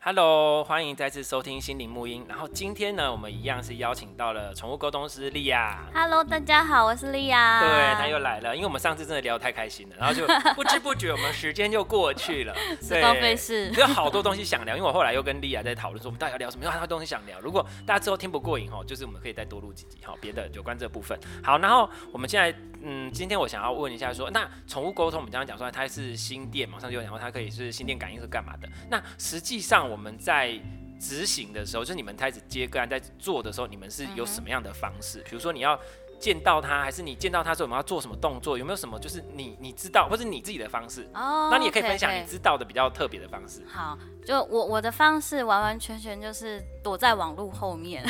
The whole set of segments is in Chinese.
Hello，欢迎再次收听心灵沐音。然后今天呢，我们一样是邀请到了宠物沟通师莉亚。 Hello，大家好，我是莉亚。对，他又来了，因为我们上次真的聊得太开心了，然后就不知不觉我们时间就过去了，对，报废事有好多东西想聊，因为我后来又跟莉亚在讨论说我们到底要聊什么，有很多东西想聊。如果大家之后听不过瘾哈，就是我们可以再多录几集哈，别的有关这部分。好，然后我们现在嗯，今天我想要问一下说，那宠物沟通我们刚刚讲说它是心电嘛，上次有讲过它可以是心电感应是干嘛的？那实际上我们在执行的时候，就是你们开始接个案在做的时候，你们是有什么样的方式？比如说你要见到他，还是你见到他之后我们要做什么动作？有没有什么就是你你知道，或是你自己的方式？哦那你也可以分享你 OK，OK 知道的比较特别的方式。好，就我我的方式完完全全就是躲在网路后面。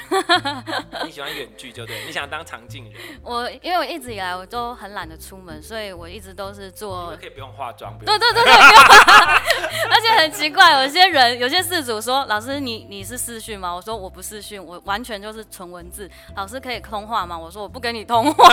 你喜欢远距就对，你想当长镜 人，我因为我一直以来我都很懒得出门，所以我一直都是做可以不用化妆，不用哦对对对对，不用而且很奇怪，有些人有些事主说，老师你你是视讯吗？我说我不视讯，我完全就是纯文字。老师可以通话吗？我说我不跟你通话。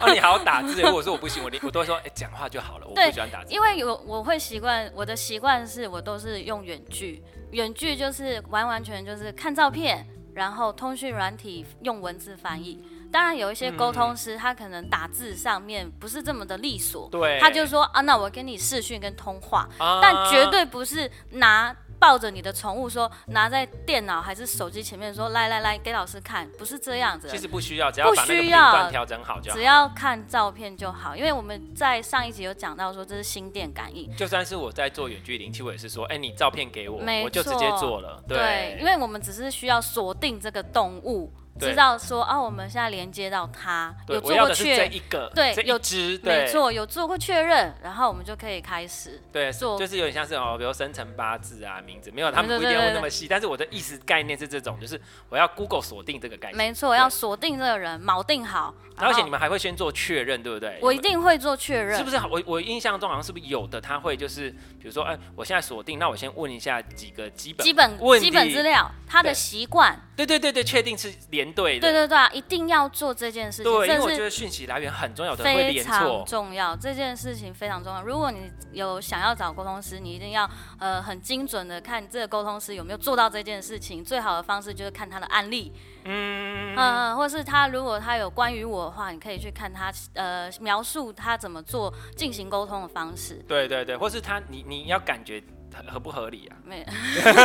哦，你还要打字。如果说我不行，我连我都会说，哎、讲话就好了，我对不喜欢打字。因为有我会习惯，我的习惯是我都是用远距，远距就是完完全就是看照片，然后通讯软体用文字翻译。当然有一些沟通师，他可能打字上面不是这么的利索，对他就说啊，那我跟你视讯跟通话，啊但绝对不是拿抱着你的宠物说拿在电脑还是手机前面说来来来给老师看，不是这样子的其。实不需要，只要把那不个需频要段调整好就好只。要看照片就好，因为我们在上一集有讲到说这是心电感应，就算是我在做远距离，其实我也是说，哎、你照片给我，没我就直接做了。对，因为我们只是需要锁定这个动物，对知道说啊，我们现在连接到它，对有我做要过的是这确，一个，对这一有只，对，没错，有做过确认，然后我们就可以开始。对，做就是有点像是哦，比如生辰八字啊、名字，没有他们对不一对定对会对那么细，但是我的意思概念是这种，就是我要 Google 锁定这个概念，没错，要锁定这个人，锚定好。然后而且你们，们还会先做确认，对不对？我你一们定会做确认，是不是？我我印象中好像是不是有的他会就是，比如说，哎、我现在锁定，那我先问一下几个基本基本问题基本资料，他对的习惯，对对对对，确定是连对的，对对对啊，一定要做这件事情，对因为这我是觉得讯息来源很重要，有的人会非连常错，重要，这件事情非常重要。如果你有想要找沟通师，你一定要呃很精准的看这个沟通师有没有做到这件事情。最好的方式就是看他的案例，嗯、呃，或是他如果他有关于我的话，你可以去看他呃描述他怎么做进行沟通的方式。对对对，或是他你你要感觉合合不合理啊？没，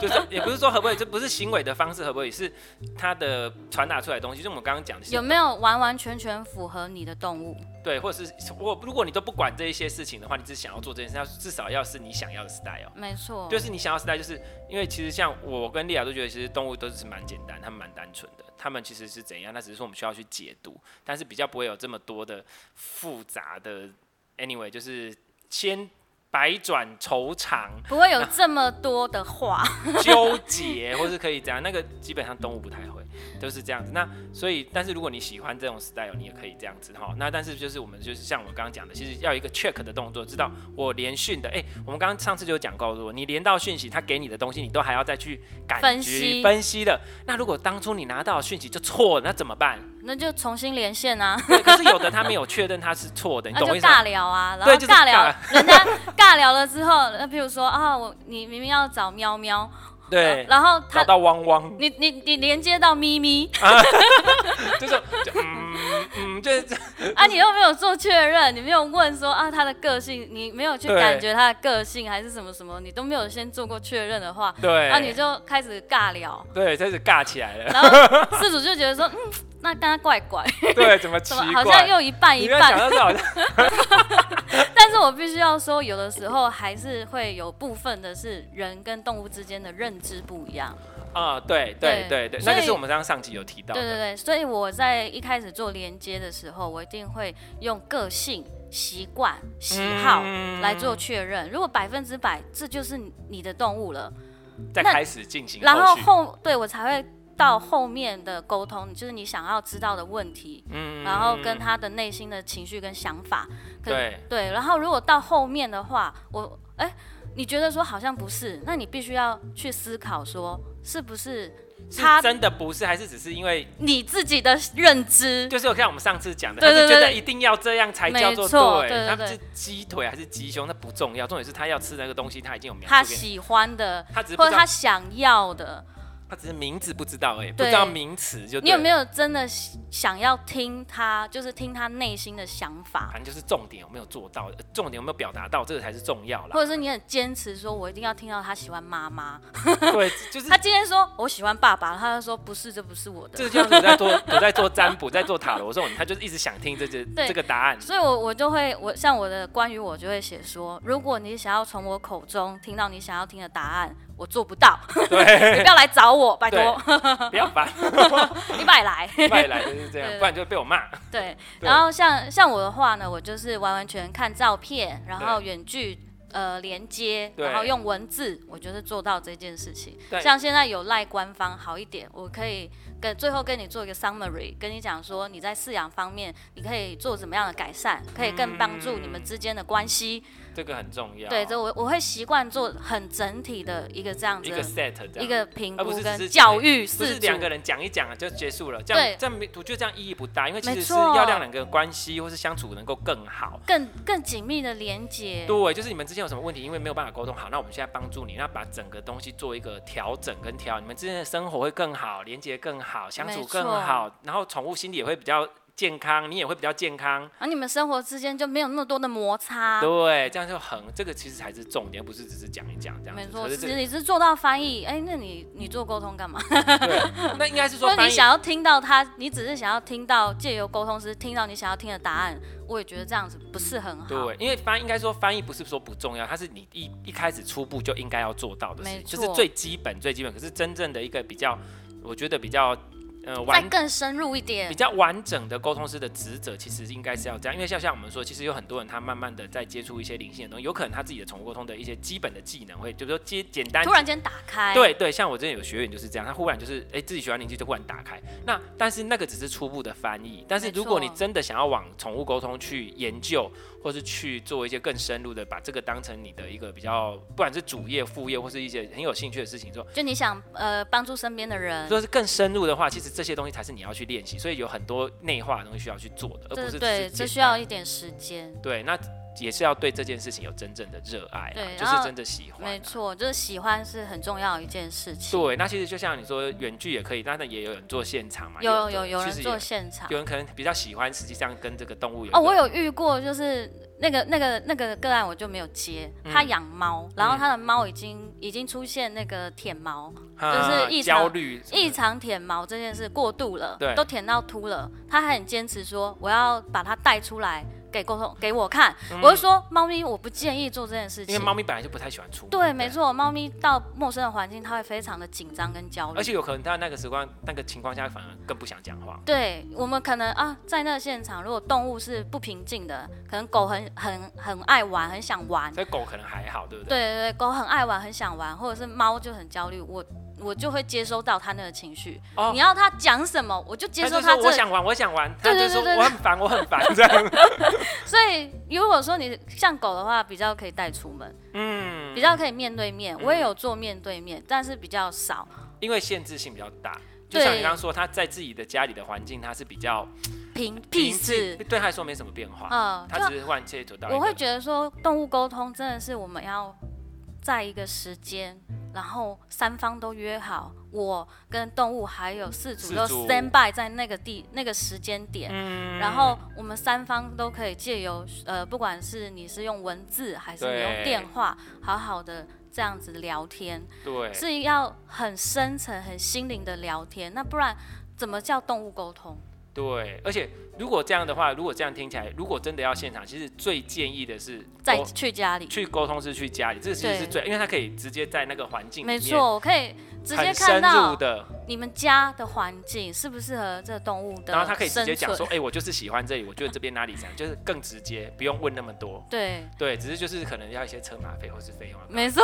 就是也不是说合不合理，这不是行为的方式合不合理，是他的传达出来的东西，就我们刚刚讲的是有没有完完全全符合你的动物？对，或者是我如果你都不管这一些事情的话，你只想要做这件事，那至少要是你想要的 style。没错，就是你想要的 style，就是因为其实像我跟莉亚都觉得，其实动物都是蛮简单，它们蛮单纯的，它们其实是怎样，那只是说我们需要去解读，但是比较不会有这么多的复杂的。Anyway，就是先百转愁肠、不会有这么多的话。纠结，或是可以怎样，那个基本上动物不太会，都是这样子。那所以，但是如果你喜欢这种 style，你也可以这样子哈。那但是就是我们就是像我刚刚讲的，其实要有一个 check 的动作，知道我连讯的，哎、我们刚刚上次就有讲过，如果你连到讯息，他给你的东西，你都还要再去感觉分析分析的。那如果当初你拿到的讯息就错了，那怎么办？那就重新连线啊，对可是有的他没有确认他是错的，你那懂就我意思吗？尬聊啊，然后对就是尬聊尬，人家尬聊了之后， 那譬如说啊，我你明明要找喵喵，对，然后找他到汪汪，你你你连接到咪咪就是就嗯嗯，就是这啊，你又没有做确认，你没有问说啊他的个性，你没有去对感觉他的个性还是什么什么，你都没有先做过确认的话，对，啊你就开始 尬聊，对，开始尬起来了，然后事主就觉得说，嗯，那刚刚怪 怪， 对，怎么奇怎怪？么好像又一半一你不要讲半，到这好像。但是我必须要说，有的时候还是会有部分的是人跟动物之间的认知不一样。啊、对对对对对，所那以个是我们刚刚上集有提到对对的，对，所以我在一开始做连接的时候，我一定会用个性、习惯、喜好嗯来做确认。如果百分之百这就是你的动物了，再开始进行然后续。后对我才会到后面的沟通，就是你想要知道的问题，嗯然后跟他的内心的情绪跟想法，可对对，然后如果到后面的话，我哎、你觉得说好像不是，那你必须要去思考说是不是是他真的不是，还是只是因为你自己的认知，就是我像我们上次讲的，他对是对觉对得一定要这样才叫做没错对对，对他对是鸡腿还是鸡胸，那不重要，重点是他要吃那个东西，他已经有描他述给你，喜欢的他只是不或知者道他想要的，他只是名字不知道而已，不对知道名词就你有没有？有真的想要听他，就是听他内心的想法，反正就是重点有没有做到，呃重点有没有表达到，这个才是重要或啦。者是你很坚持说，我一定要听到他喜欢妈妈，嗯对，就是他今天说我喜欢爸爸，他就说不是，这不是我的。这就是我在做我在做占卜，在做塔罗的时候，他就是一直想听这些对这个答 案。所以我，我就会，我像我的关于我就会写说，如果你想要从我口中听到你想要听的答案，我做不 到，你不要来找我，拜托，对，不要烦， 你别来。 外来就是这对样，不然就会被我骂。对，对然后像像我的话呢，我就是完完全看照片，然后远距呃连接，对然后用文字，我就是做到这件事情对。像现在有赖官方好一点，我可以跟最后跟你做一个 summary，跟你讲说你在饲养方面你可以做怎么样的改善，可以更帮助你们之间的关系。这个很重要。对，这我我会习惯做很整体的一个这样一个子的 set 这样一个评而不估是只是跟教育不是四组。两个人讲一讲啊就结束了，这样对这样没我觉得这样意义不大，因为其没实是错要让两个人关系或是相处能够更好。更更紧密的连接，对，就是你们之间有什么问题，因为没有办法沟通好，那我们现在帮助你，那把整个东西做一个调整跟调，你们之间的生活会更好，连接更好，相处没更错好，然后宠物心理也会比较健康，你也会比较健康，而你们生活之间就没有那么多的摩擦。对，这样就很这个其实才是重点，不是只是讲一讲这样子。没错，可其是这个实你是做到翻译，哎、那你你做沟通干嘛？对，那应该是或说者 翻你译想要听到他，你只是想要听到借由沟通师听到你想要听的答案，我也觉得这样子不是很好。对，因为翻应该说翻译不是说不重要，它是你一一开始初步就应该要做到的事情，没就是错最基本最基本。可是真正的一个比较，我觉得比较呃再完更深入一点比，较完整的沟通师的职责，其实应该是要这样，因为像像我们说，其实有很多人他慢慢的在接触一些灵性的东西，有可能他自己的宠物沟通的一些基本的技能会，就是说接简单突然间打开。对对，像我之前有学员就是这样，他忽然就是哎、自己喜欢邻居就忽然打开。那但是那个只是初步的翻译，但是没如果你错真的想要往宠物沟通去研究，或是去做一些更深入的，把这个当成你的一个比较，不管是主业、副业，或是一些很有兴趣的事情之后，就你想呃帮助身边的人如，果是更深入的话，其实这些东西才是你要去练习，所以有很多内化的东西需要去做的，而不这是只对是这简需要单一点时间。对那。也是要对这件事情有真正的热爱、啊对，就是然后真的喜欢、啊没错，就是喜欢是很重要的一件事情。对，那其实就像你说远距也可以，但是也有人做现场嘛，有的有有其人实也做现场有。人可能比较喜欢，实际上跟这个动物有哦，我一个有遇过，就是那个那个那个个案，我就没有接。嗯他养猫，然后嗯他的猫已经已经出现那个舔毛、啊就是异常焦虑什么的，异常舔毛这件事过度了对，都舔到秃了。他还很坚持说我要把它带出来给沟通给我看。我就说猫咪我不建议做这件事嗯因为情。猫咪本来就不太喜欢出门，对，没。错，猫咪到陌生的环境，它会非常的紧张跟焦虑而。且有可能在那个时光、那个情况下，反而更不想讲话。对我们可能啊，在那个现场，如果动物是不平静的，可能狗很很很爱玩，很想玩，所以狗可能还好，对不对？对对对，狗很爱玩，很想玩，或者是猫就很焦虑，我我就会接收到它那个情绪。哦你要它讲什么，我就接它收就它说这我想玩，我想玩，它对就对说对对我很烦，我很烦 这样。所以如果说你像狗的话，比较可以带出门，嗯，比较可以面对面。我也有做面对面，但是比较少。因为限制性比较大，就对像你刚刚说，它在自己的家里的环境，它是比较平平 peace，静对它来说没什么变化，嗯，它就只是换接触到一个。我会觉得说，动物沟通真的是我们要在一个时间。然后三方都约好，我跟动物还有饲主饲都主 stand by 在那个地那个时间点，嗯然后我们三方都可以借由呃，不管是你是用文字还是你对用电话，好好的这样子聊天，对，是要很深层、很心灵的聊天，那不然怎么叫动物沟通？对，而且如果这样的话，如果这样听起来，如果真的要现场，其实最建议的是再沟去家里，哦去沟通是去家里，这个其实是对最，因为他可以直接在那个环境里没面。错，我可以直接很看深入到的，你们家的环境适不适合这个动物的然后他可以直接讲生说，存哎、我就是喜欢这里，我觉得这边哪里怎样，就是更直接，不用问那么多。 对，对，只是就是可能要一些车马费或是费用啊，没错，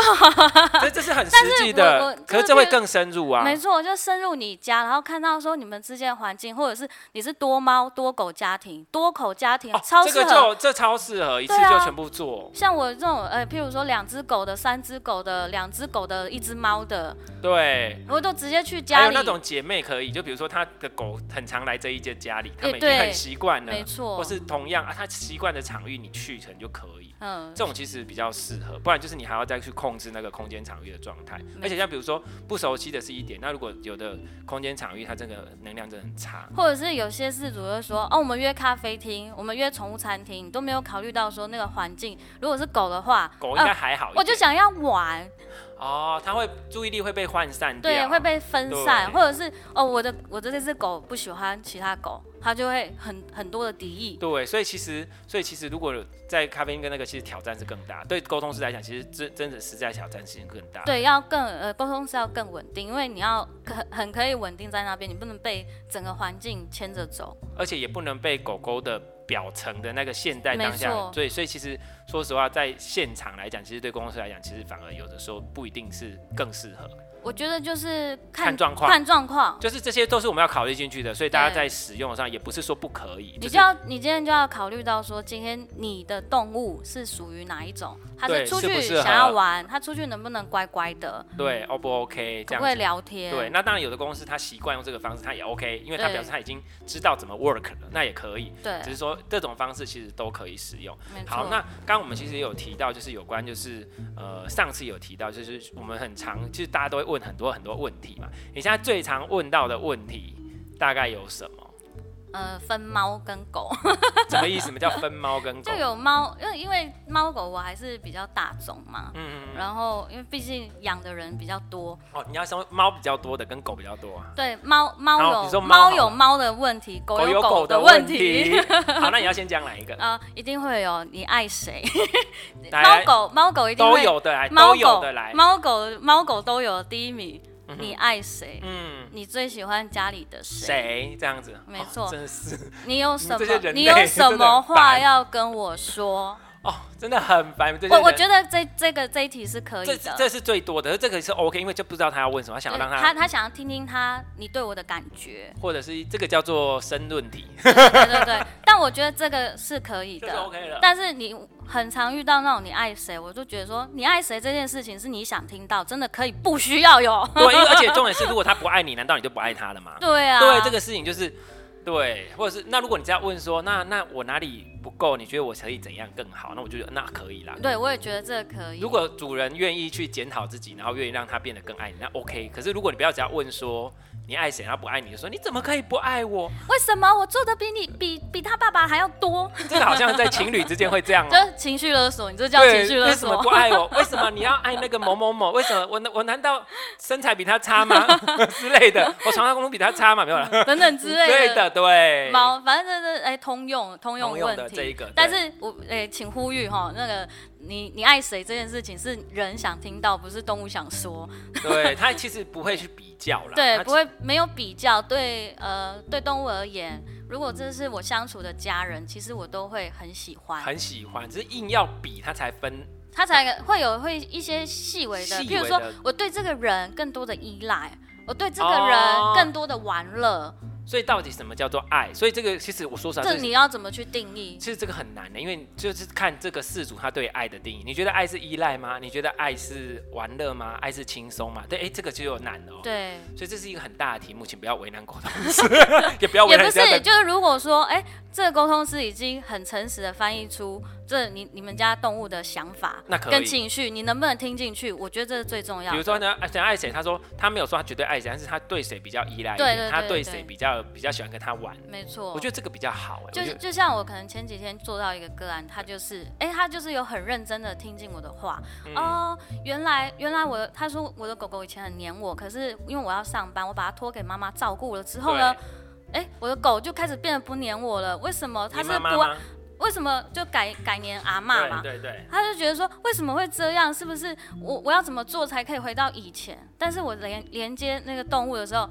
这这是很实际的我我，可是这这个会变更深入啊。没错，就深入你家，然后看到说你们之间的环境，或者是你是多猫多狗家庭、多口家庭，哦，超这适个合。就这超适合，一次对啊就全部做。像我这种，呃，譬如说两只狗的、三只狗的、两只狗的、一只猫的，对，我都直接去家嗯还里。有那种姐妹可以，就比如说她的狗很常来这一间家里，他哎们已经很对习惯了没，错，或是同样啊，她习惯的场域你去可能就可以。嗯，这种其实比较适合，不然就是你还要再去控制那个空间场域的状态。错而且像比如说不熟悉的是一点，那如果有的空间场域它这个能量真的很差，或者是有些事主会说，哦，我们约咖啡厅，我们约宠物餐厅，你都没有考虑到说那个环境，如果是狗的话，狗应该呃还好一点、我就想要玩，哦，它会注意力会被涣散掉，对，会被分散，啊对或者是哦，我的我的这只狗不喜欢其他狗，它就会很很多的敌意，对，所以其实，所以其实，如果在咖啡因跟那个，其实挑战是更大。对沟通师来讲，其实真真的实在挑战性更大。对，要更呃沟通是要更稳定，因为你要可很可以稳定在那边，你不能被整个环境牵着走，而且也不能被狗狗的表层的那个现代没当下。错所以，所以其实说实话，在现场来讲，其实对沟通师来讲，其实反而有的时候不一定是更适合，我觉得就是看看状况。看状况。就是这些都是我们要考虑进去的，所以大家对在使用上也不是说不可以，你就是就要，你今天就要考虑到说，今天你的动物是属于哪一种？它对是出适不去适合想要玩，它出去能不能乖乖的，对 O 不 OK 这不样会子。聊天？对，，那当然有的公司它习惯用这个方式，它也 OK，因为它对表示它已经知道怎么 work 了，那也可以。对只是说这种方式其实都可以使用。没错。好，那刚刚我们其实也有提到，就是有关就是呃上次有提到，就是我们很常其实大家都会问很多很多问题嘛。你现在最常问到的问题大概有什 么？呃，分猫跟哦狗，什么意思？什么叫分猫跟狗 就？有猫，因为因为猫狗我还是比较大众嘛，嗯嗯嗯。然后因为毕竟养的人比较多，哦，你要说猫比较多的跟狗比较多啊。对猫好猫你说有猫好了有猫的问题，狗有有狗的问问题。。 好，那你要先讲哪一个？啊、一定会有你爱谁， 来猫来，狗猫狗一定都会有的来，猫都有狗的来。猫狗猫狗都有第一名。嗯哼你爱谁？嗯，你最喜欢家里的谁？谁这样子？没哦错真是你有什你么们这些人？类 你有什么 真的很话烦要跟我说？哦，真的很烦。这些我我人觉得这这个这一题是可以这的。是这是最多的，这个是 OK，因为就不知道他要问什么，他想要让对他他他想要听听他你对我的感 ，觉或者是这个叫做申论题，对对对。但我觉得这个是可以这是的。 OK 了。但是你很常遇到那种你爱谁，我就觉得说你爱谁这件事情是你想听到，真的可以不需 要有。对，因为而且重点是，如果他不爱你，难道你就不爱他了吗？ 对啊，对，这个事情就是对，或者是那如果你这样问说，那那我哪里不够？你觉得我可以怎样更好？那我就觉得那可以啦。对我也觉得这个可以。如果主人愿意去检讨自己，然后愿意让他变得更爱你，那 OK。可是如果你不要只要问说你爱谁，然后不爱你，就说你怎么可以不爱我？为什么我做的比你比比他爸爸还要 多？ 这个好像在情侣之间会这样哦、就是情绪勒索，你这叫对，情绪勒为什么索不。爱我？为什么你要爱那个某某某？为什么我我难道身材比他差 吗之类的？我床上功夫比他差吗？没有了等 等之类对的，的。对。猫，反正这是哎通用通用通用问的这一题。个，对但是我哎、请呼吁哈，那个你你爱谁这件事情是人想听到，不是动物想说。对它其实不会去比较啦，对它，不会没有比较。对，呃，对动物而言，如果这是我相处的家人，其实我都会很喜欢。很喜欢，只是硬要比它才分他才会有会一些细微的，细譬如微说的。我对这个人更多的依赖，我对这哦个人更多的玩乐，所以到底什么叫做爱？所以这个其实我说实话，这这你要怎么去定义？其实这个很难的，因为就是看这个事主他对爱的定义。你觉得爱是依赖吗？你觉得爱是玩乐吗？爱是轻松吗？对，哎，这个就有难哦。对，所以这是一个很大的题目，请不要为难沟通 师，也不要为也难不人家是，的。就是如果说，哎、这个沟通师已经很诚实的翻译出这你你们家动物的想法那可跟以。情绪，你能不能听进去？我觉得这是最重要比的。如说呢，想爱谁，他说他没有说他绝对爱谁，但是他对谁比较依赖一对点，对他对对对谁比较比较喜欢跟他玩。没错，我觉得这个比较好，哎我就觉是得就像我可能前几天做到一个个案，他就是，哎、他就是有很认真的听进我的话，嗯哦，原来原来我，他说我的狗狗以前很黏我，可是因为我要上班，我把它托给妈妈照顾了之后呢，对哎、我的狗就开始变得不黏我了，为什么？它你是妈妈不爱吗为什么就改改年阿嬷嘛？对对对，他就觉得说，为什么会这样？是不是我我要怎么做才可以回到以前？但是我连连接那个动物的时候，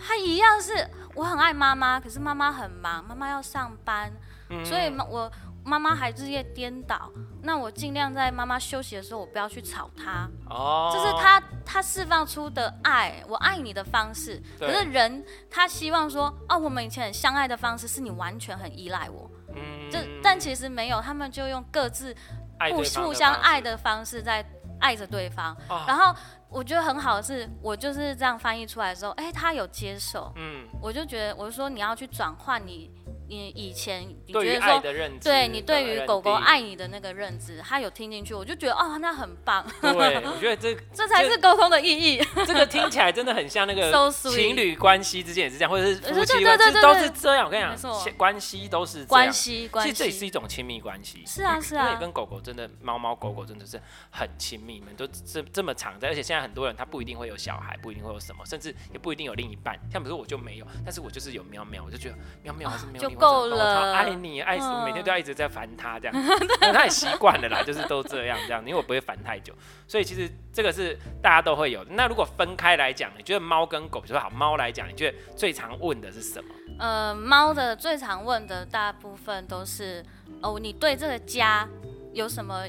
它一样是我很爱妈妈，可是妈妈很忙，妈妈要上班，嗯所以妈我妈妈还日夜颠倒。那我尽量在妈妈休息的时候，我不要去吵她，哦，这是她她释放出的爱，我爱你的方式。可对是人他希望说，哦，我们以前很相爱的方式是你完全很依赖我，嗯这但其实没有，他们就用各自爱互对方的互相方式爱的方式在爱着对方。哦然后我觉得很好的是，我就是这样翻译出来的时候，哎，他有接受，嗯，我就觉得我就说你要去转换你你以前你对于觉得爱说。的认知，对你对于认狗狗定，爱你的那个认知，他有听进去，我就觉得哦，那很 棒，对，我觉得这这才是沟通的意义。这个听起来真的很像那 So 个 sweet 情侣关系之间也是这样，或者是夫妻对对关对系对都对是这样。我跟你没讲错，现关系都是这样关。系关其实这也是一系，种亲密关系。是啊是因为啊，跟狗狗真的，猫猫狗狗真的是很亲密，你们都这这么常在，而且现在很多人他不一定会有小孩，不一定会有什么，甚至也不一定有另一半。像比如说我就没有，但是我就是有喵喵，我就觉得喵喵还是喵就喵，我真的够我超了爱你，爱死我，嗯每天都要一直在烦它这样， 它也习惯了啦，就是都这样这样，因为我不会烦太久，所以其实这个是大家都会有的。那如果分开来讲，你觉得猫跟狗，比如说好猫来讲，你觉得最常问的是什么？呃，猫的最常问的大部分都是哦，你对这个家有什么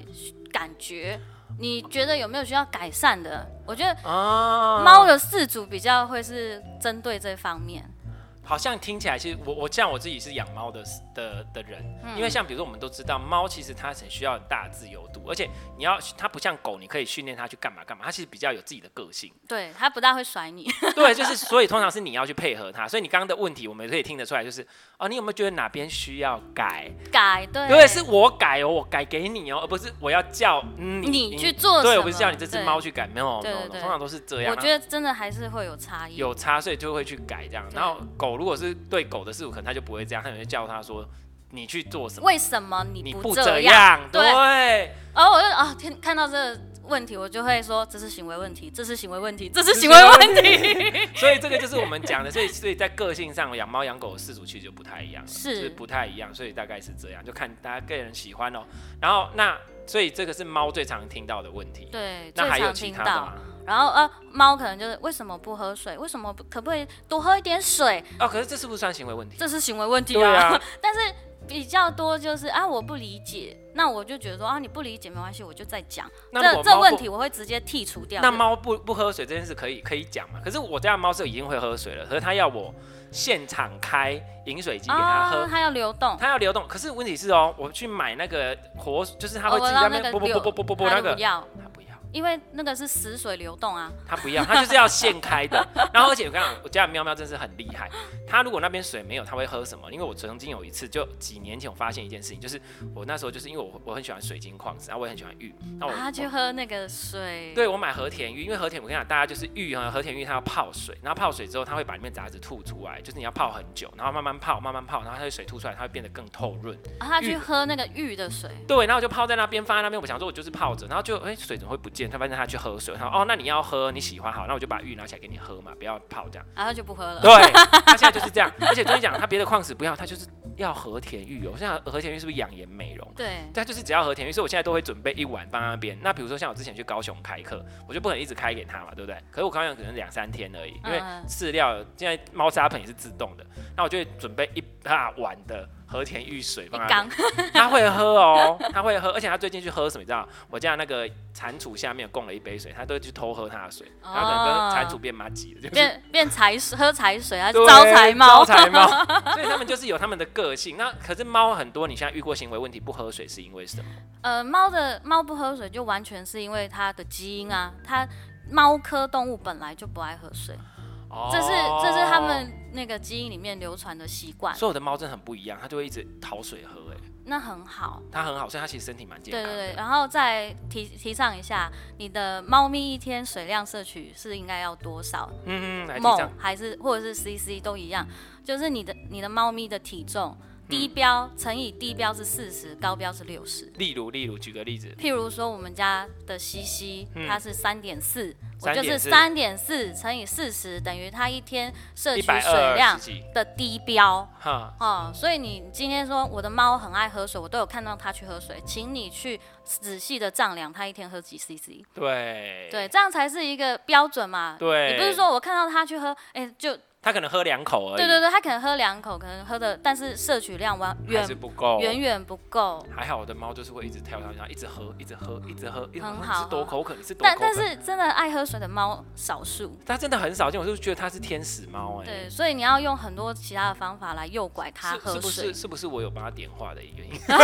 感觉？你觉得有没有需要改善的？我觉得啊猫的饲主比较会是针对这方面。好像听起来，其实我我像我自己是养猫的的的人，嗯因为像比如说我们都知道，猫其实它很需要很大的自由度，而且你要它不像狗，你可以训练它去干嘛干嘛，它其实比较有自己的个性。 对，它不大会甩你。 对，就是所以通常是你要去配合它。所以你刚刚的问题，我们可以听得出来，就是哦，你有没有觉得哪边需要改？改，对，对，是我改哦，我改给你哦，而不是我要叫、嗯、你去做对，什我不是叫你么这只对猫去改，没有，没对有，对没有对通常都是这样。啊我觉得真的还是会有差异。有差，所以就会去改这样。对然后狗如果是对狗的事物，可能它就不会这样，它可能就叫它说你去做什么，为什么你你不不这这样，对对，然后我就啊，天，看到这个问题，我就会说这是行为问题，这是行为问题，这是是行为问题。题。 所以这个就是我们讲的，所以所以在个性上，养猫养狗的饲主其实就不太一样了，是就不太一样，所以大概是这样，就看大家个人喜欢哦。然后那所以这个是猫最常听到的问题， 对，那最还有常其听他的到吗。？然后呃，猫可能就是为什么不喝水？为什么不可不可以多喝一点水？哦，可是这是不是算行为问题？这是行为问题对啊， 但是比较多就是啊，我不理解，那我就觉得说啊，你不理解没关系，我就再讲。那如这果这猫问不题我会直接剔除掉的。那猫不不喝水这件事可以可以讲嘛？可是我家的猫是已经会喝水了，可是它要我现场开饮水机给它喝啊，，它要流动，它要流动。可是问题是哦，我去买那个活，就是它哦会我自己知在道那那边个啵啵啵啵啵啵啵那它个不，要，它不要，因为那个是死水流动啊。它不要，它就是要现开的。然后而且我跟你讲，我家的喵喵真是很厉害，它如果那边水没有，它会喝什么？因为我曾经有一次，就几年前我发现一件事情，就是我那时候就是因为我我很喜欢水晶矿石，然后我也很喜欢玉，那我啊，它去喝那个水，对，我买和田玉，因为和田我跟你讲，大家就是玉啊，和田玉它要泡水，然后泡水之后，它会把里面杂质吐出来，就是你要泡很久，然后慢慢泡，慢慢泡，然后它的水吐出来，它会变得更透润。啊，它浴去喝那个浴的水，对，然后我就泡在那边，放在那边，我想说我就是泡着，然后就哎、水怎么会不见？他发现他去喝水，然后哦那你要喝你喜欢好，那我就把玉拿起来给你喝嘛，不要泡这样。然后就不喝了。对，他现在就是这样，而且跟你讲，他别的矿石不要，他就是要和田玉哦。现在和田玉是不是养颜美容？对，但就是只要和田玉，所以我现在都会准备一碗放在那边。那比如说像我之前去高雄开课，我就不可能一直开给他嘛，对不对？可是我高雄可能两三天而已，因为嗯饲料现在猫砂盆也是自动的，那我就会准备一大碗的和田玉水一放在那缸边。他会喝哦，他会喝，而且他最近去喝什么？你知道，我家那个蟾蜍下面有供了一杯水，他都会去偷喝他的水，哦然后可能跟蟾蜍变妈急了，就是变变财水，喝财水，还 是对招财招？猫财猫，所以他们就是有他们的个性。那可是猫很多，你现在遇过行为问题不喝水是因为什么？ 呃，猫的猫不喝水，就完全是因为它的基因啊，它猫科动物本来就不爱喝水，哦这是这是他们啊那个基因里面流传的习惯，所有的猫真的很不一样，它就会一直讨水喝，哎，那很好。它很好，所以它其实身体蛮健对康对的。对，啊然后再提提倡一下，你的猫咪一天水量摄取是应该要多少？嗯嗯，来提倡嗯梦还是或者是 CC 都一样，就是你的你的猫咪的体重低标乘以低标是四十，高标是六十。例如，例如，举个例子，譬如说我们家的西西，嗯它是三点四，我3.4就是三点四乘以四十，等于它一天摄一取百水二量十几，的低标。哈，哦，所以你今天说我的猫很爱喝水，我都有看到它去喝水，请你去仔细的丈量它一天喝几 CC，对，对，，这样才是一个标准嘛。对你不是说我看到它去喝，哎、就他可能喝两口而已，对对对，它可能喝两口，可能喝的，但是摄取量完还是远不够，远远不够。还好我的猫就是会一直跳上去，然后一直喝，一直喝，一直喝，一直喝。很你好是多口渴，你是多但口但渴。是真的爱喝水的猫少数，它真的很少见，我就觉得它是天使猫哎、对，所以你要用很多其他的方法来诱拐它是是喝不是水。是不是我有帮它点化的一个原因？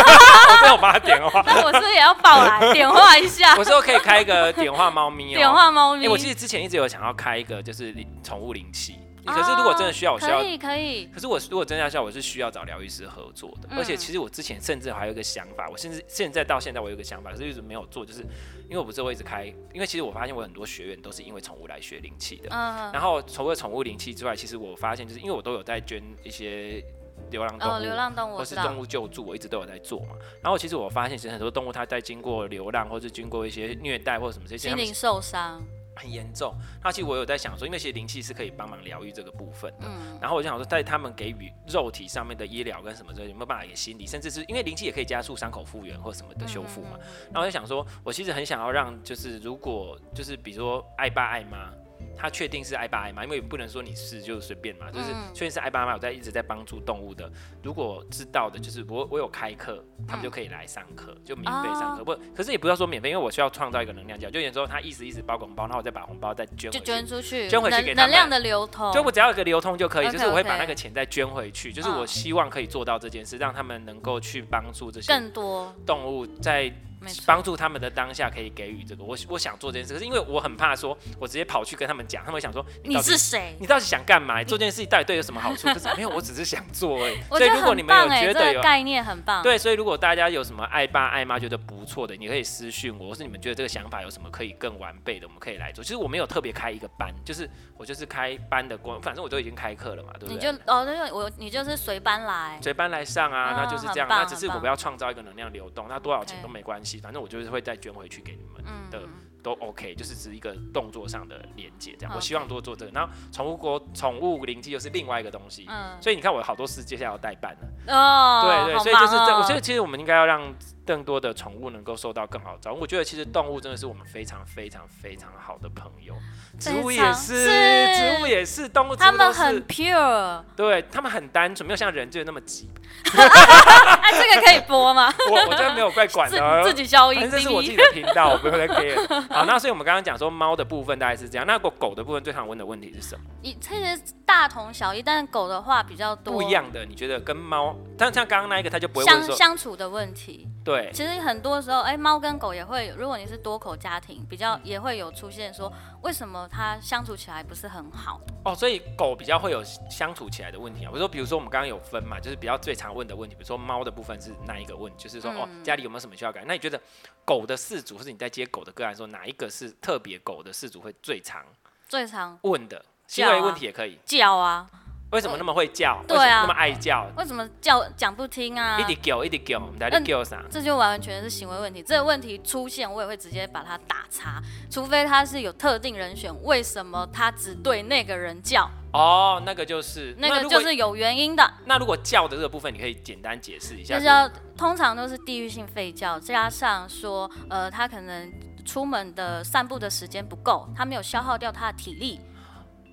我真的有帮它点化，那我是不是也要啊 抱来点化一下，我说可以开一个点化猫咪哦、 点化猫哎、咪？我其实之前一直有想要开一个就是灵宠物灵气，可是如果真的需要，我需要哦可。以可以，可是我如果真的要需要，我是需要找疗愈师合作的。嗯而且其实我之前甚至还有一个想法，我甚至现在到现在我有一个想法，可是一直没有做，就是因为我不是会一直开，因为其实我发现我很多学员都是因为宠物来学灵气的。嗯，然后除了宠物灵气之外，其实我发现就是因为我都有在捐一些流浪动物，哦，流浪动物或我是知动道，物救助，我一直都有在做嘛。然后其实我发现，其实很多动物它在经过流浪，或是经过一些虐待或者什么这些，心它们灵受伤，很严重。那其实我有在想说，因为其实灵气是可以帮忙疗愈这个部分的。嗯，然后我就想说，在他们给予肉体上面的医疗跟什么之类，有没有办法给心理，甚至是因为灵气也可以加速伤口复原或什么的修复嗯嘛。然后我就想说，我其实很想要让，就是如果就是比如说爱爸爱妈，他确定是爱爸爱妈，因为不能说你是就随便嘛，就是嗯确定是爱爸爱妈，我在一直在帮助动物的。如果知道的，就是我我有开课，他嗯们就可以来上课，就免费哦上课。不，可是也不要说免费，因为我需要创造一个能量交，就有时候他意思意思包个红包，然后我再把红包再捐回就去。捐出去，捐回去能给他们能量的流通，就我只要有一个流通就可以，就是我会哦 OK，OK 把那个钱再捐回去，就是我嗯希望可以做到这件事，让他们能够去帮助这些更多，动物，在没错，帮助他们的当下可以给予这个。我我想做这件事，可是因为我很怕说，我直接跑去跟他们讲，他们会想说你你到底是谁？你到底想干嘛？你做这件事情到底对有什么好处？可是没有，我只是想做而已。 我所觉以得如果你很们有棒哎、觉得这个有概念很棒，对，所以如果大家有什么爱爸爱妈觉得不错的，你可以私讯我，或是你们觉得这个想法有什么可以更完备的，我们可以来做。其实我没有特别开一个班，就是我就是开班的光，反正我都已经开课了嘛，对你不就对？哦，那个我你就是随班来，随班来上啊，那就是这样。嗯很棒那只是我很们棒要创造一个能量流动，那多少钱 OK 都没关系，反正我就是会再捐回去给你们，嗯的都 OK，就是只是一个动作上的连接这样。我希 OK 望多做这个。然后宠物国宠物灵机又是另外一个东西，嗯，所以你看我有好多事接下来要代办了。哦，对对，好所以就是忙这，哦我觉得其实我们应该要让更多的宠物能够受到更好的照顾。我觉得其实动物真的是我们非常非常非常好的朋友，植物非也常是，是植物也是，动物植他物都们是很，pure，对他们很单纯，没有像人就那么急。哎、这个可以播 吗？我我真的没有怪 管自的哦，自己消反音，正这是滴我滴自己的频道，我不 会再 care。好，那所以我们刚刚讲说猫的部分大概是这样，那狗狗的部分最常问的问题是什么？一其实大同小异，但狗的话比较多，不一样的，你觉得跟猫，但像刚刚那一个他就不会问相说，相处的问题。对，其实很多时候，哎、猫跟狗也会，如果你是多口家庭，比嗯较也会有出现说，为什么它相处起来不是很好？哦，所以狗比较会有相处起来的问题啊。我说，比如说我们刚刚有分嘛，就是比较最常问的问题，比如说猫的部分是哪一个问题，就是说、哦嗯家里有没有什么需要改？那你觉得狗的饲主，或是你在接狗的个案的时候，哪一个是特别狗的饲主会最常最常问的？行叫啊为问题也可以，叫啊，为什么那么会叫？对为什么啊那么爱叫？为什么叫讲不听啊一？滴狗，一滴狗，我们在那嗯叫啥？这就完全是行为问题。这个问题出现，我也会直接把它打叉，除非它是有特定人选。为什么它只对那个人叫？哦，那个就是那如个果就是有原因的。那如果叫的这个部分，你可以简单解释一下。就是是要通常都是地域性吠叫，加上说，呃，他可能出门的散步的时间不够，他没有消耗掉他的体力。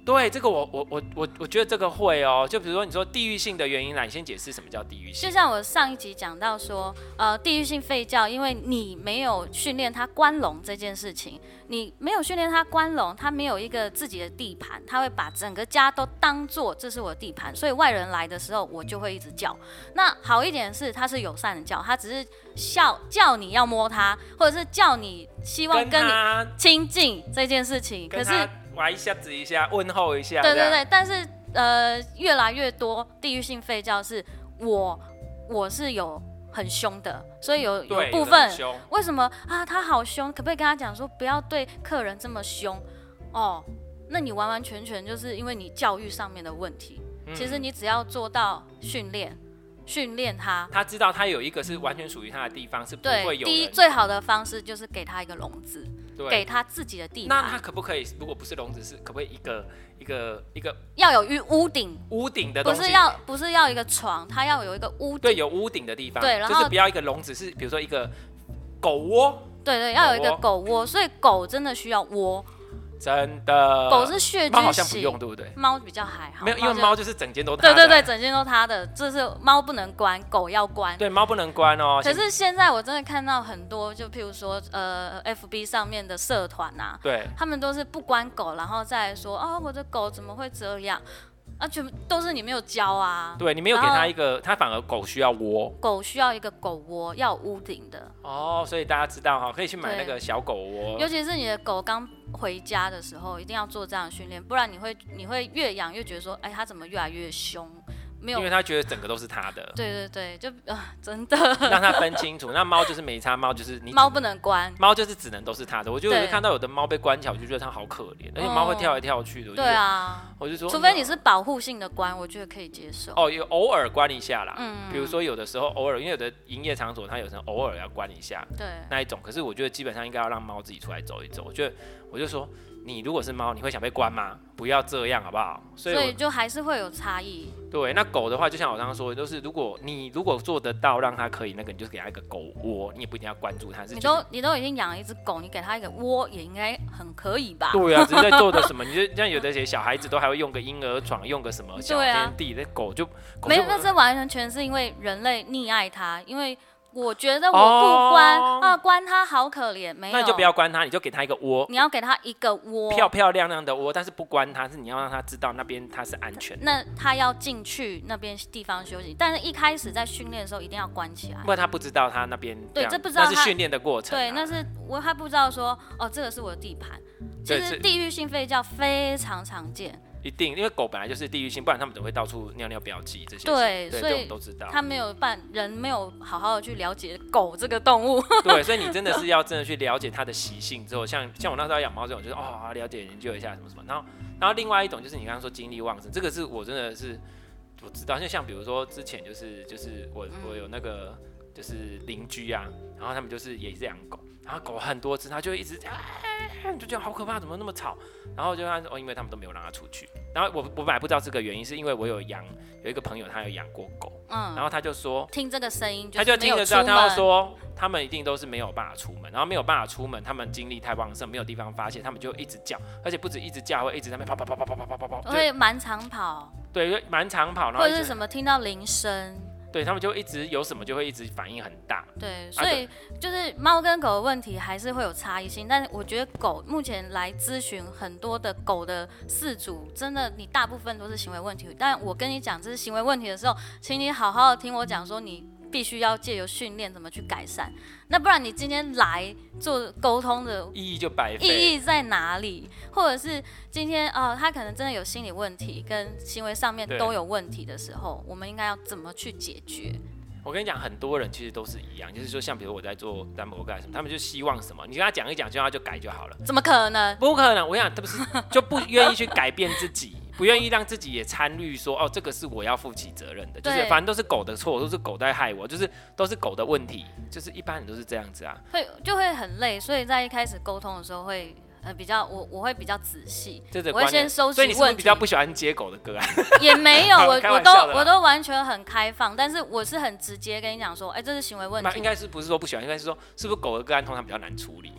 对这个我，我我我我觉得这个会哦。就比如说你说地域性的原因啦，你先解释什么叫地域性就。像我上一集讲到说，呃，地域性吠叫，因为你没有训练它关笼这件事情，你没有训练它关笼，它没有一个自己的地盘，它会把整个家都当做这是我的地盘，所以外人来的时候，我就会一直叫。那好一点是它是友善的叫，它只是笑叫你要摸它，或者是叫你希望跟你他亲近这件事情，可跟是他玩一下子一下，问候一下，对这对样，对，但是呃，越来越多地域性吠叫是我我是有很凶的，所以有有对，部有的很分凶为什么啊他好凶，可不可以跟他讲说不要对客人这么凶哦？那你完完全全就是因为你教育上面的问题，其实嗯你只要做到训练，训练他。他知道他有一个是完全属于他的地方，是不会对，有第一人最好的方式就是给他一个笼子，给对。他自己的地那他盘，可不可以？如果不是笼子，是可不可以一个一个一个要有屋屋顶，屋顶的不东西？是要不是要一个床，他要有一个屋顶，对有屋顶的地方，对然就是后不要一个笼子，是比如说一个狗窝，对对，要有一个狗狗窝，所以狗真的需要窝，真的。狗是穴呃猫好居像不用，型，对不对？猫比较还好，没有，因为就猫就是整间都它对的对啊对，整间都它的，这是猫不能关，狗要关。对，猫不能关哦。可是现在我真的看到很多，就譬如说，呃，FB 上面的社团啊，对，他们都是不关狗，然后再说啊、我的狗怎么会这样？啊，全部都是你没有教啊。对你没有给然后它一个，它反而狗需要窝狗需要一个狗窝，要有屋顶的，哦，所以大家知道哈、可以去买那对个小狗窝尤。其是你的狗刚回家的时候，一定要做这样的训练，不然你会你会越养越觉得说，哎，它怎么越来越凶？没有，因为，它觉得整个都是它的对对对，就 啊、真的，让它分清楚。那猫就是没差，猫就是你只 猫不能关。猫就是只能都是它的。我就有时对哦看到有的猫被关起来，我就觉得它好可怜，而且猫会跳来跳去的。我就对觉得，啊，我就说，除非你是保护性的关，我觉得可以接受。哦，有偶尔关一下啦。嗯比如说有的时候偶尔，因为有的营业场所它有时候偶尔要关一下，对，那一种。可是我觉得基本上应该要让猫自己出来走一走。我觉得我就说，你如果是猫，你会想被关吗？不要这样，好不好？所以所我以就还是会有差异。对那狗的话，就像我刚刚说的，就是如果你如果做得到让它可以那个，你就给它一个狗窝，你也不一定要关注它，是你就是都你都已经养了一只狗，你给它一个窝也应该很可以吧？ 对啊，只是在做的什么？你就像有的些小孩子都还会用个婴儿床，用个什么小对啊天地，那狗就狗没就有，那是完全是因为人类溺爱它，因为我觉得我不关、哦啊，关它好可怜，没有，嗯那你就不要关它，你就给它一个窝，你要给它一个窝， 漂漂亮亮的窝，但是不关它，是你要让它知道那边它是安全的，那它要进去那边地方休息，但是一开始在训练的时候一定要关起来不。然它不知道它那边对样这不知道那是它训练的过程啊、对，那是我还不知道说哦，这个是我的地盘。其对是实地域性吠叫非常常见，一定，因为狗本来就是地域性，不然它们怎么会到处尿尿标记这些事？对对，所这以我们都知道。它没有办人没有好好的去了解狗这个 动物。对，所以你真的是要真的去了解它的习性之后，像像我那时候养猫这种，就是哦，了解研究一下什么什么。然后然后另外一种就是你刚刚说精力旺盛，这个是我真的是我知道，就像比如说之前就是就是我我有那个就是邻居啊，然后他们就是也是养狗，然后狗很多只，它就会一直啊，就觉得好可怕，怎么那么吵？然后就发现哦，因为他们都没有让它出去。然后我我本来不知道这个原因，是因为我有养有一个朋友他有养过狗，然嗯，后他就说听这个声音，他是就没听有得出到，门。他要说他们一定都是没有办法出门，然后没有办法出门，他们精力太旺盛，没有地方发泄，他们就一直叫，而且不止一直叫，会一直在那边跑跑跑跑跑跑跑跑跑，会蛮长跑，对，就蛮长跑，然后或一者是直什么听到铃声，对他们就一直有什么就会一直反应很大，对，啊所以就是猫跟狗的问题还是会有差异性，但是我觉得狗目前来咨询很多的狗的饲主，真的你大部分都是行为问题，但我跟你讲这是行为问题的时候，请你好好的听我讲说你。必须要借由训练怎么去改善，那不然你今天来做沟通的意义就白意费。义在哪里？或者是今天哦，他可能真的有心理问题，跟行为上面对都有问题的时候，我们应该要怎么去解决？我跟你讲，很多人其实都是一样，就是说像比如我在做单博干什么，他们就希望什么，你跟他讲一讲，就让他就改就好了。怎么可能？不可能，我想他不是就不愿意去改变自己，不愿意让自己也参与说哦，这个是我要负起责任的，就是对反正都是狗的错，都是狗在害我，就是都是狗的问题，就是一般人都是这样子啊。会就会很累，所以在一开始沟通的时候会呃比较我我会比较仔细，这个我会观念先收集所以你问是题。不是比较不喜欢接狗的歌啊？也没有我 开我玩都笑的啦我都完全很开放，但是我是很直接跟你讲说，哎、这是行为问那应题，该是不是说不喜欢，应该是说是不是狗的个案通常比较难处理，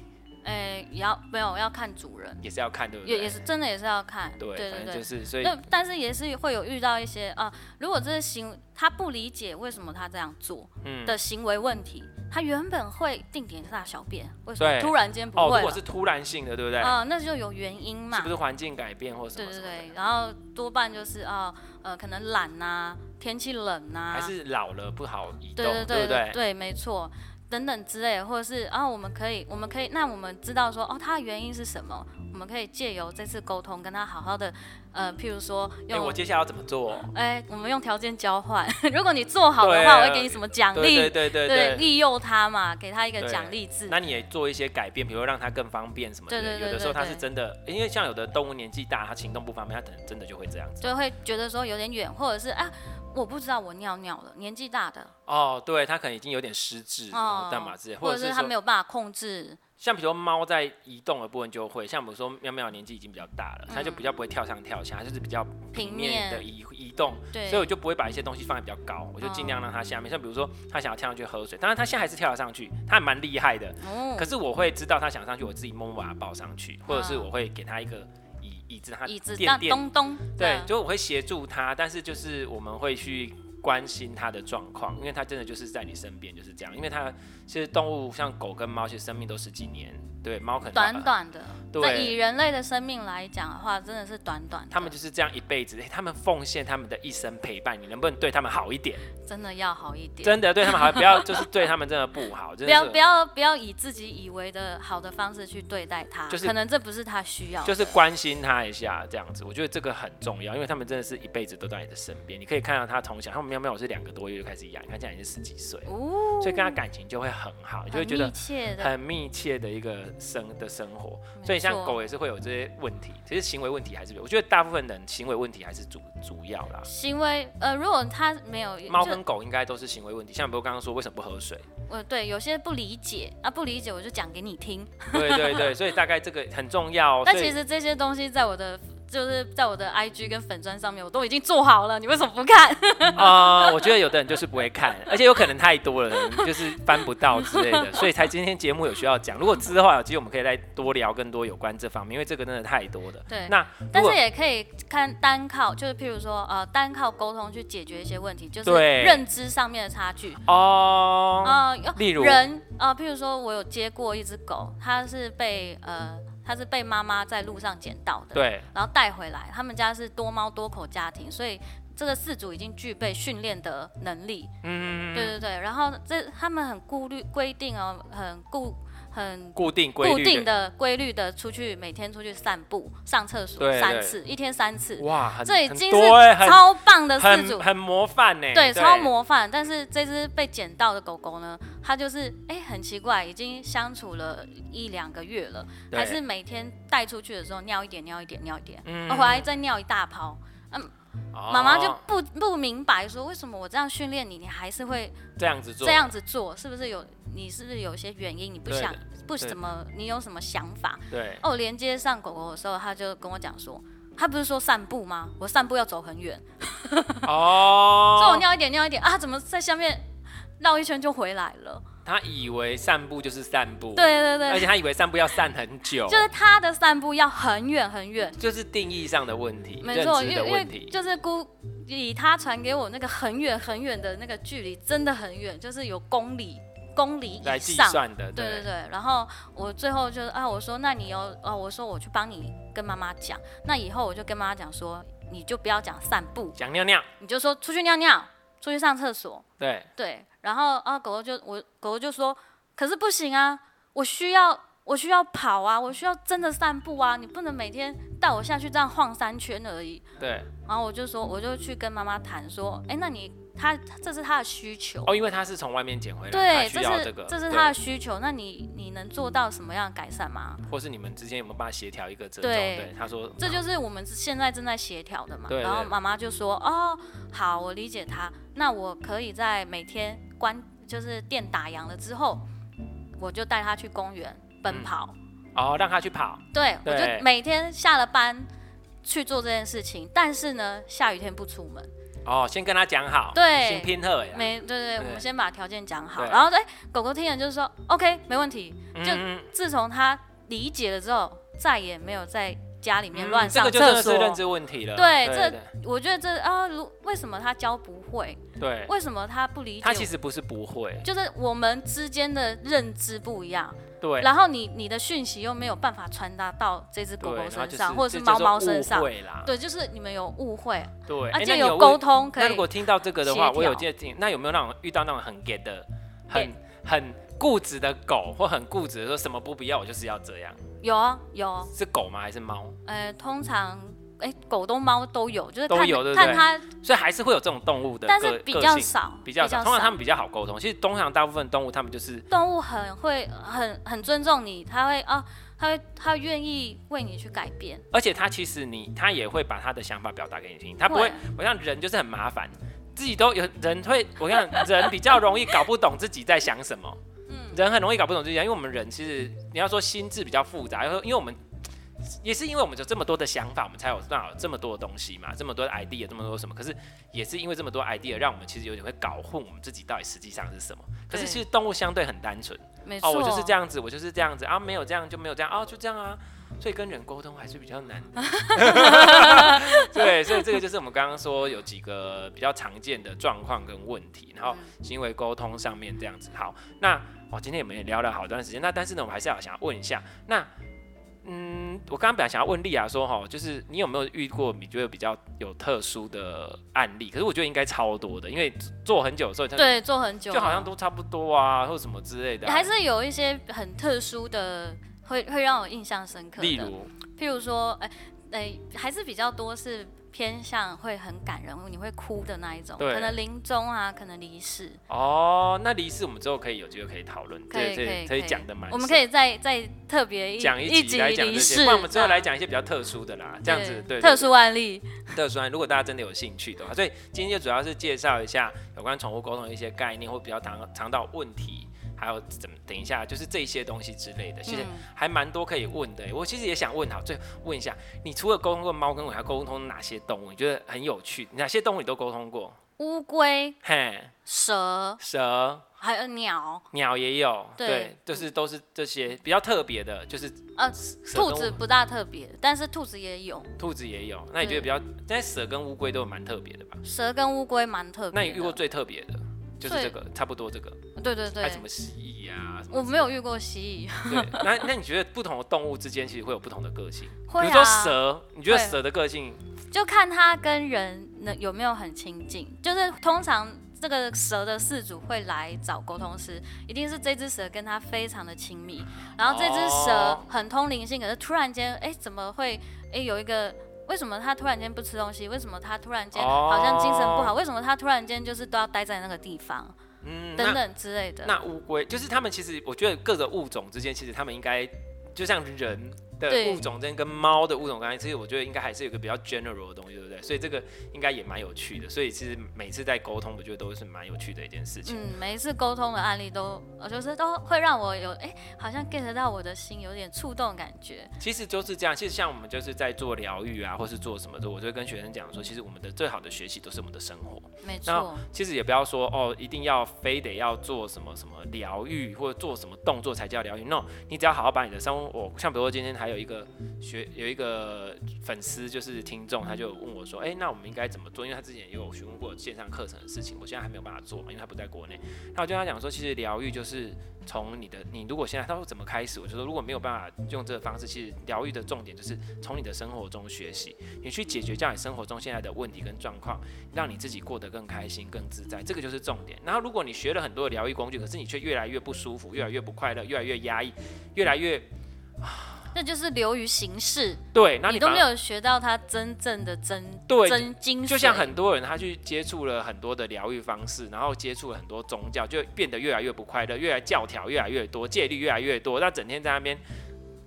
哎、也要没有要看主人，也是要看对不对？也也是真的也是要看，对，对反正对对就。是所以那但是也是会有遇到一些啊、如果这是行他不理解为什么他这样做嗯。的行为问题，他原本会定点大小便，为什对么突然间不哦，如会果了？是突然性的，对不对？啊、那就有原因嘛。是不是环境改变或什对么什对么的？对，然后多半就是啊、呃，可能懒呐、天气冷呐、还是老了不好移动，对对不对对？没错，等等之类的，或者是啊，我们可以，我们可以，那我们知道说哦，它的原因是什么，我们可以借由这次沟通跟他好好的，呃，譬如说哎，用我，接下来要怎么做？哎、我们用条件交换， 如果你做好的对话，啊我会给你什么奖励，对对对对利诱他嘛，给他一个对奖励制，那你也做一些改变，比如让它更方便什么的。对对对有的时候它对对是真的，因为像有的动物年纪大，它行动不方便，它可能真的就会这样子。就会觉得说有点远，或者是啊，我不知道我尿尿了，年纪大的，哦，对，它可能已经有点失智，然后干嘛之类，哦或者者是是他说没有办法控制，像比如说猫在移动的部分就会，像比如说喵喵年纪已经比较大了，它就比较不会跳上跳下，它就是比较嗯平平面面的移移动，对，所以我就不会把一些东西放在比较高，我就尽量让哦它下面。像比如说它想要跳上去喝水，当然它现在还是跳得上去，它还蛮厉害的。哦可是我会知道它想上去，我自己默默把它抱上去，或者是我会给它一个椅椅子，让它嗯椅子垫当垫咚咚，对，就我会协助他，但是就是我们会去关心他的状况，因为他真的就是在你身边就是这样，因为他其实动物像狗跟猫，其实生命都十几年，对，猫可能短短的，对那以人类的生命来讲的话，真的是短短的，他们就是这样一辈子，诶他们奉献他们的一生陪伴你，能不能对他们好一点？真的要好一点，真的对他们好，不要就是对他们真的不好，真不的要是不要不要以自己以为的好的方式去对待它，就是可能这不是它需要的，就是关心他一下，这样子，我觉得这个很重要，因为他们真的是一辈子都在你的身边。你可以看到他从小，他们喵喵我是两个多月就开始养，你看现在已经十几岁了，哦，所以跟他感情就会很好，你就会很觉得密切的，很密切的一个生的生活，没所以像错狗也是会有这些问题。其实行为问题还是有，我觉得大部分人行为问题还是主主要啦。行为，呃，如果它没有猫就跟狗应该都是行为问题，像比如刚刚说为什么不喝水，我对有些不理解啊，不理解我就讲给你听。对对对，所以大概这个很重要哦。 但所以其实这些东西在我的就是在我的 IG 跟粉砖上面，我都已经做好了，你为什么 不看？啊、我觉得有的人就是不会看，而且有可能太多了，可能就是翻不到之类的，所以才今天节目有需要讲。如果之后有机会，我们可以再多聊更多有关这方面，因为这个真的太多了。对，那如但果是也可以看单靠，就是譬如说呃，单靠沟通去解决一些问题，就是对认知上面的差距。哦，呃，有例如人呃，譬如说我有接过一只狗，它是被呃，它是被妈妈在路上捡到的，对，然后带回来。他们家是多猫多口家庭，所以这个饲主已经具备训练的能力。嗯，对对对，然后这他们很顾虑规定哦，很固很固定规固律定的规律的出去，每天出去散步、上厕所对三对次，一天三次，哇，很这已很经是多欸很超棒的饲很哎主。很模范欸呢，对，超模范。但是这只被捡到的狗狗呢，它就是哎、很奇怪，已经相处了一两个月了，对还是每天带出去的时候尿一点、尿一点、尿一点，嗯哦然后回来再尿一大泡。妈妈妈就不不明白说，为什么我这样训练你，你还是会这样子做，这样子做，是不是有你是不是有一些原因？你不对想的不对什么？你有什么想法？ 对，哦，我连接上狗狗的时候，他就跟我讲说，他不是说散步吗？我散步要走很远，哦，所以我尿一点尿一点啊，怎么在下面绕一圈就回来了？他以为散步就是散步，，对对而且对，他以为散步要散很 久，就是他的散步要很远很远，就是定义上的问题，没错，认知因的为因问为题，就是估以他传给我那个很远很远的那个距离，真的很远，就是有公里公里来以计上。算的，对对对，然后我最后就是啊，我说那你有哦，我说我去帮你跟妈妈讲，那以后我就跟妈妈讲说，你就不要讲散步，讲尿尿，你就说出去尿尿，出去上厕所，对，对，然后啊，狗狗就我狗狗就说，可是不行啊，我需要我需要跑啊，我需要真的散步啊，你不能每天带我下去这样晃三圈而已。对，然后我就说，我就去跟妈妈谈说，哎，那你他这是他的需求，哦，因为他是从外面捡回来，他对，这需要是这个，这是对他的，需求，那你你能做到什么样的改善吗？或是你们之间有没有办法协调一个折中？对对，他说这就是我们现在正在协调的嘛。嗯对然后对妈妈就说：“哦，好，我理解他。那我可以在每天关就是店打烊了之后，我就带他去公园奔跑。哦，让他去跑，对我对就每天下了班去做这件事情。但是呢，下雨天不出门。哦，先跟他讲好，对先拼贺呀，没对对，对我们先把条件讲好。对然后哎，狗狗听了就是说 OK，没问题。就嗯自从他理解了之后，再也没有在家里面乱嗯这上个厕就所。真的是认知问题了，对对这对我觉得这啊，如为什么他教不会？对，为什么他不理解？他其实不是不会，就是我们之间的认知不一样，对，然后你你的讯息又没有办法传达到这只狗对狗然后身就上，是或者这是叫猫做猫误身上，会啦，对，就是你们有误会，对，而哎且那你有有沟问通可那如以果听到这个的话，协我有调接听，那有没有那种遇到那种很 get 的、很很固执的狗，或很固执的说什么不必要，我就是要这样？有啊有啊，是狗吗？还是猫？呃，通常哎、狗都猫都有，就是都看有对不看对它，所以还是会有这种动物的但个是比个较性少，比较少，通常它们比较好沟通。其实通常大部分动物，它们就是动物很会很很尊重你，它会啊，它会它愿意为你去改变，而且它其实你它也会把它的想法表达给你听，它不会会不像人就是很麻烦。自己都有人会，我跟你讲，人比较容易搞不懂自己在想什么，嗯，人很容易搞不懂自己，因为我们人其实你要说心智比较复杂，因为我们也是因为我们有这么多的想法，我们才有办法有这么多的东西嘛，这么多的 idea，这么多什么，可是也是因为这么多 idea，让我们其实有点会搞混我们自己到底实际上是什么。可是对其实动物相对很单纯。没错，哦，我就是这样子，我就是这样子啊，没有这样就没有这样啊，就这样啊。所以跟人沟通还是比较难的。 对，所以这个就是我们刚刚说有几个比较常见的状况跟问题，然后嗯行为沟通上面这样子。好，那我、哦今天我们也聊了好段时间，那但是呢，我们还是要想要问一下，那嗯，我刚刚本来想要问丽雅说哈，就是你有没有遇过你觉得比较有特殊的案例？可是我觉得应该超多的，因为做很久的时候，，对，做很久了，啊就好像都差不多啊，或什么之类的啊、还是有一些很特殊的，会会让我印象深刻的。例如，譬如说，哎、哎、还是比较多是偏向会很感人，你会哭的那一种，对可能临终啊，可能离世，哦，那离世我们之后可以有机会可以讨论，可以这可这以可以讲的蛮深，我们可以再再特别一讲一集集来讲离这世，些，不然我们之后来对讲一些比较特殊的啦，这样子对特殊案例，特殊案，如果大家真的有兴趣的话，所以今天就主要是介绍一下有关宠物沟通的一些概念，或比较常常到问题。还有怎么？等一下，就是这些东西之类的，其实嗯还蛮多可以问的。欸我其实也想问，好，最后问一下，你除了沟通过猫跟狗，还沟通哪些动物？你觉得很有趣？哪些动物你都沟通过？乌龟、嘿，蛇蛇、还有鸟，鸟也有，对嗯就是都是这些比较特别的，就是呃蛇兔跟子不大特别，但是兔子也有，兔子也有。那你觉得比较，但蛇跟乌龟都有蛮特别的吧？蛇跟乌龟蛮特别的。那你遇过最特别的，就是这最个，差不多这个，对对还有对什，么蜥蜴啊？什么我没有遇过蜥蜴，对，那那你觉得不同的动物之间其实会有不同的个性？会比如说啊，蛇，你觉得会蛇的个性就看它跟人能有没有很亲近，就是通常。这个蛇的饲主会来找沟通师，一定是这只蛇跟它非常的亲密，然后这只蛇哦很通灵性，可是突然间，哎，怎么会，哎，有一个为什么它突然间不吃东西？为什么它突然间哦好像精神不好？为什么它突然间就是都要待在那个地方？嗯，等那等之类的。那乌龟就是它们其实，我觉得各个物种之间，其实它们应该就像人的对物种之间跟猫的物种关系，其实我觉得应该还是有一个比较 general 的东西，对不对？所以这个应该也蛮有趣的。所以其实每次在沟通，我觉得都是蛮有趣的一件事情。嗯，每一次沟通的案例都，我就是都会让我有哎、好像 get 到我的心，有点触动的感觉。其实就是这样，其实像我们就是在做疗愈啊，或是做什么的，我就会跟学生讲说，其实我们的最好的学习都是我们的生活。没那错，其实也不要说哦，一定要非得要做什么什么疗愈或者做什么动作才叫疗愈。no，你只要好好把你的生活，像比如说今天还有一个学有一个粉丝就是听众，他就问我说，哎、那我们应该怎么做？因为他之前也有询问过线上课程的事情，我现在还没有办法做嘛，因为他不在国内。那我就跟他讲说，其实疗愈就是从你的你如果现在他说怎么开始，我就说如果没有办法用这个方式，其实疗愈的重点就是从你的生活中学习，你去解决掉你生活中现在的问题跟状况。让你自己过得更开心、更自在，这个就是重点。然后，如果你学了很多的疗愈工具，可是你却越来越不舒服、越来越不快乐、越来越压抑、越来越那就是流于形式，对，那反你都而没有学到它真正的真对真精髓。就像很多人他去接触了很多的疗愈方式，然后接触了很多宗教，就变得越来越不快乐，越来教条越来越多，戒律越来越多，那整天在那边。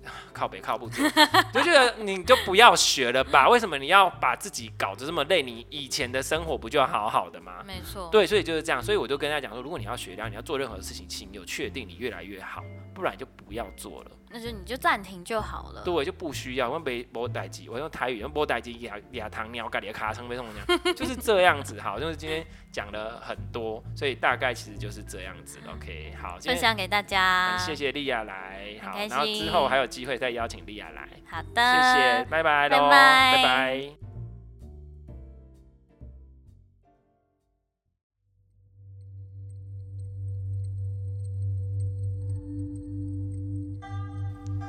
靠北靠不住， 就觉得你就不要学了吧？为什么你要把自己搞得这么累？你以前的生活不就好好的吗？没错，对，所以就是这样，所以我就跟他讲说，如果你要学量，你要做任何事情，请你有确定你越来越好，不然你就不要做了。那就你就暂停就好了。对，就不需要。我没没代机，我用台语，用波代机牙牙糖尿咖喱卡称被送讲，就是这样子。好，就是今天讲了很多，所以大概其实就是这样子。OK，好，今分天享给大家很。谢谢莉亚来，好，很开然后之心后还有机会再邀请莉亚来，好的，谢谢，拜拜喽，拜拜拜拜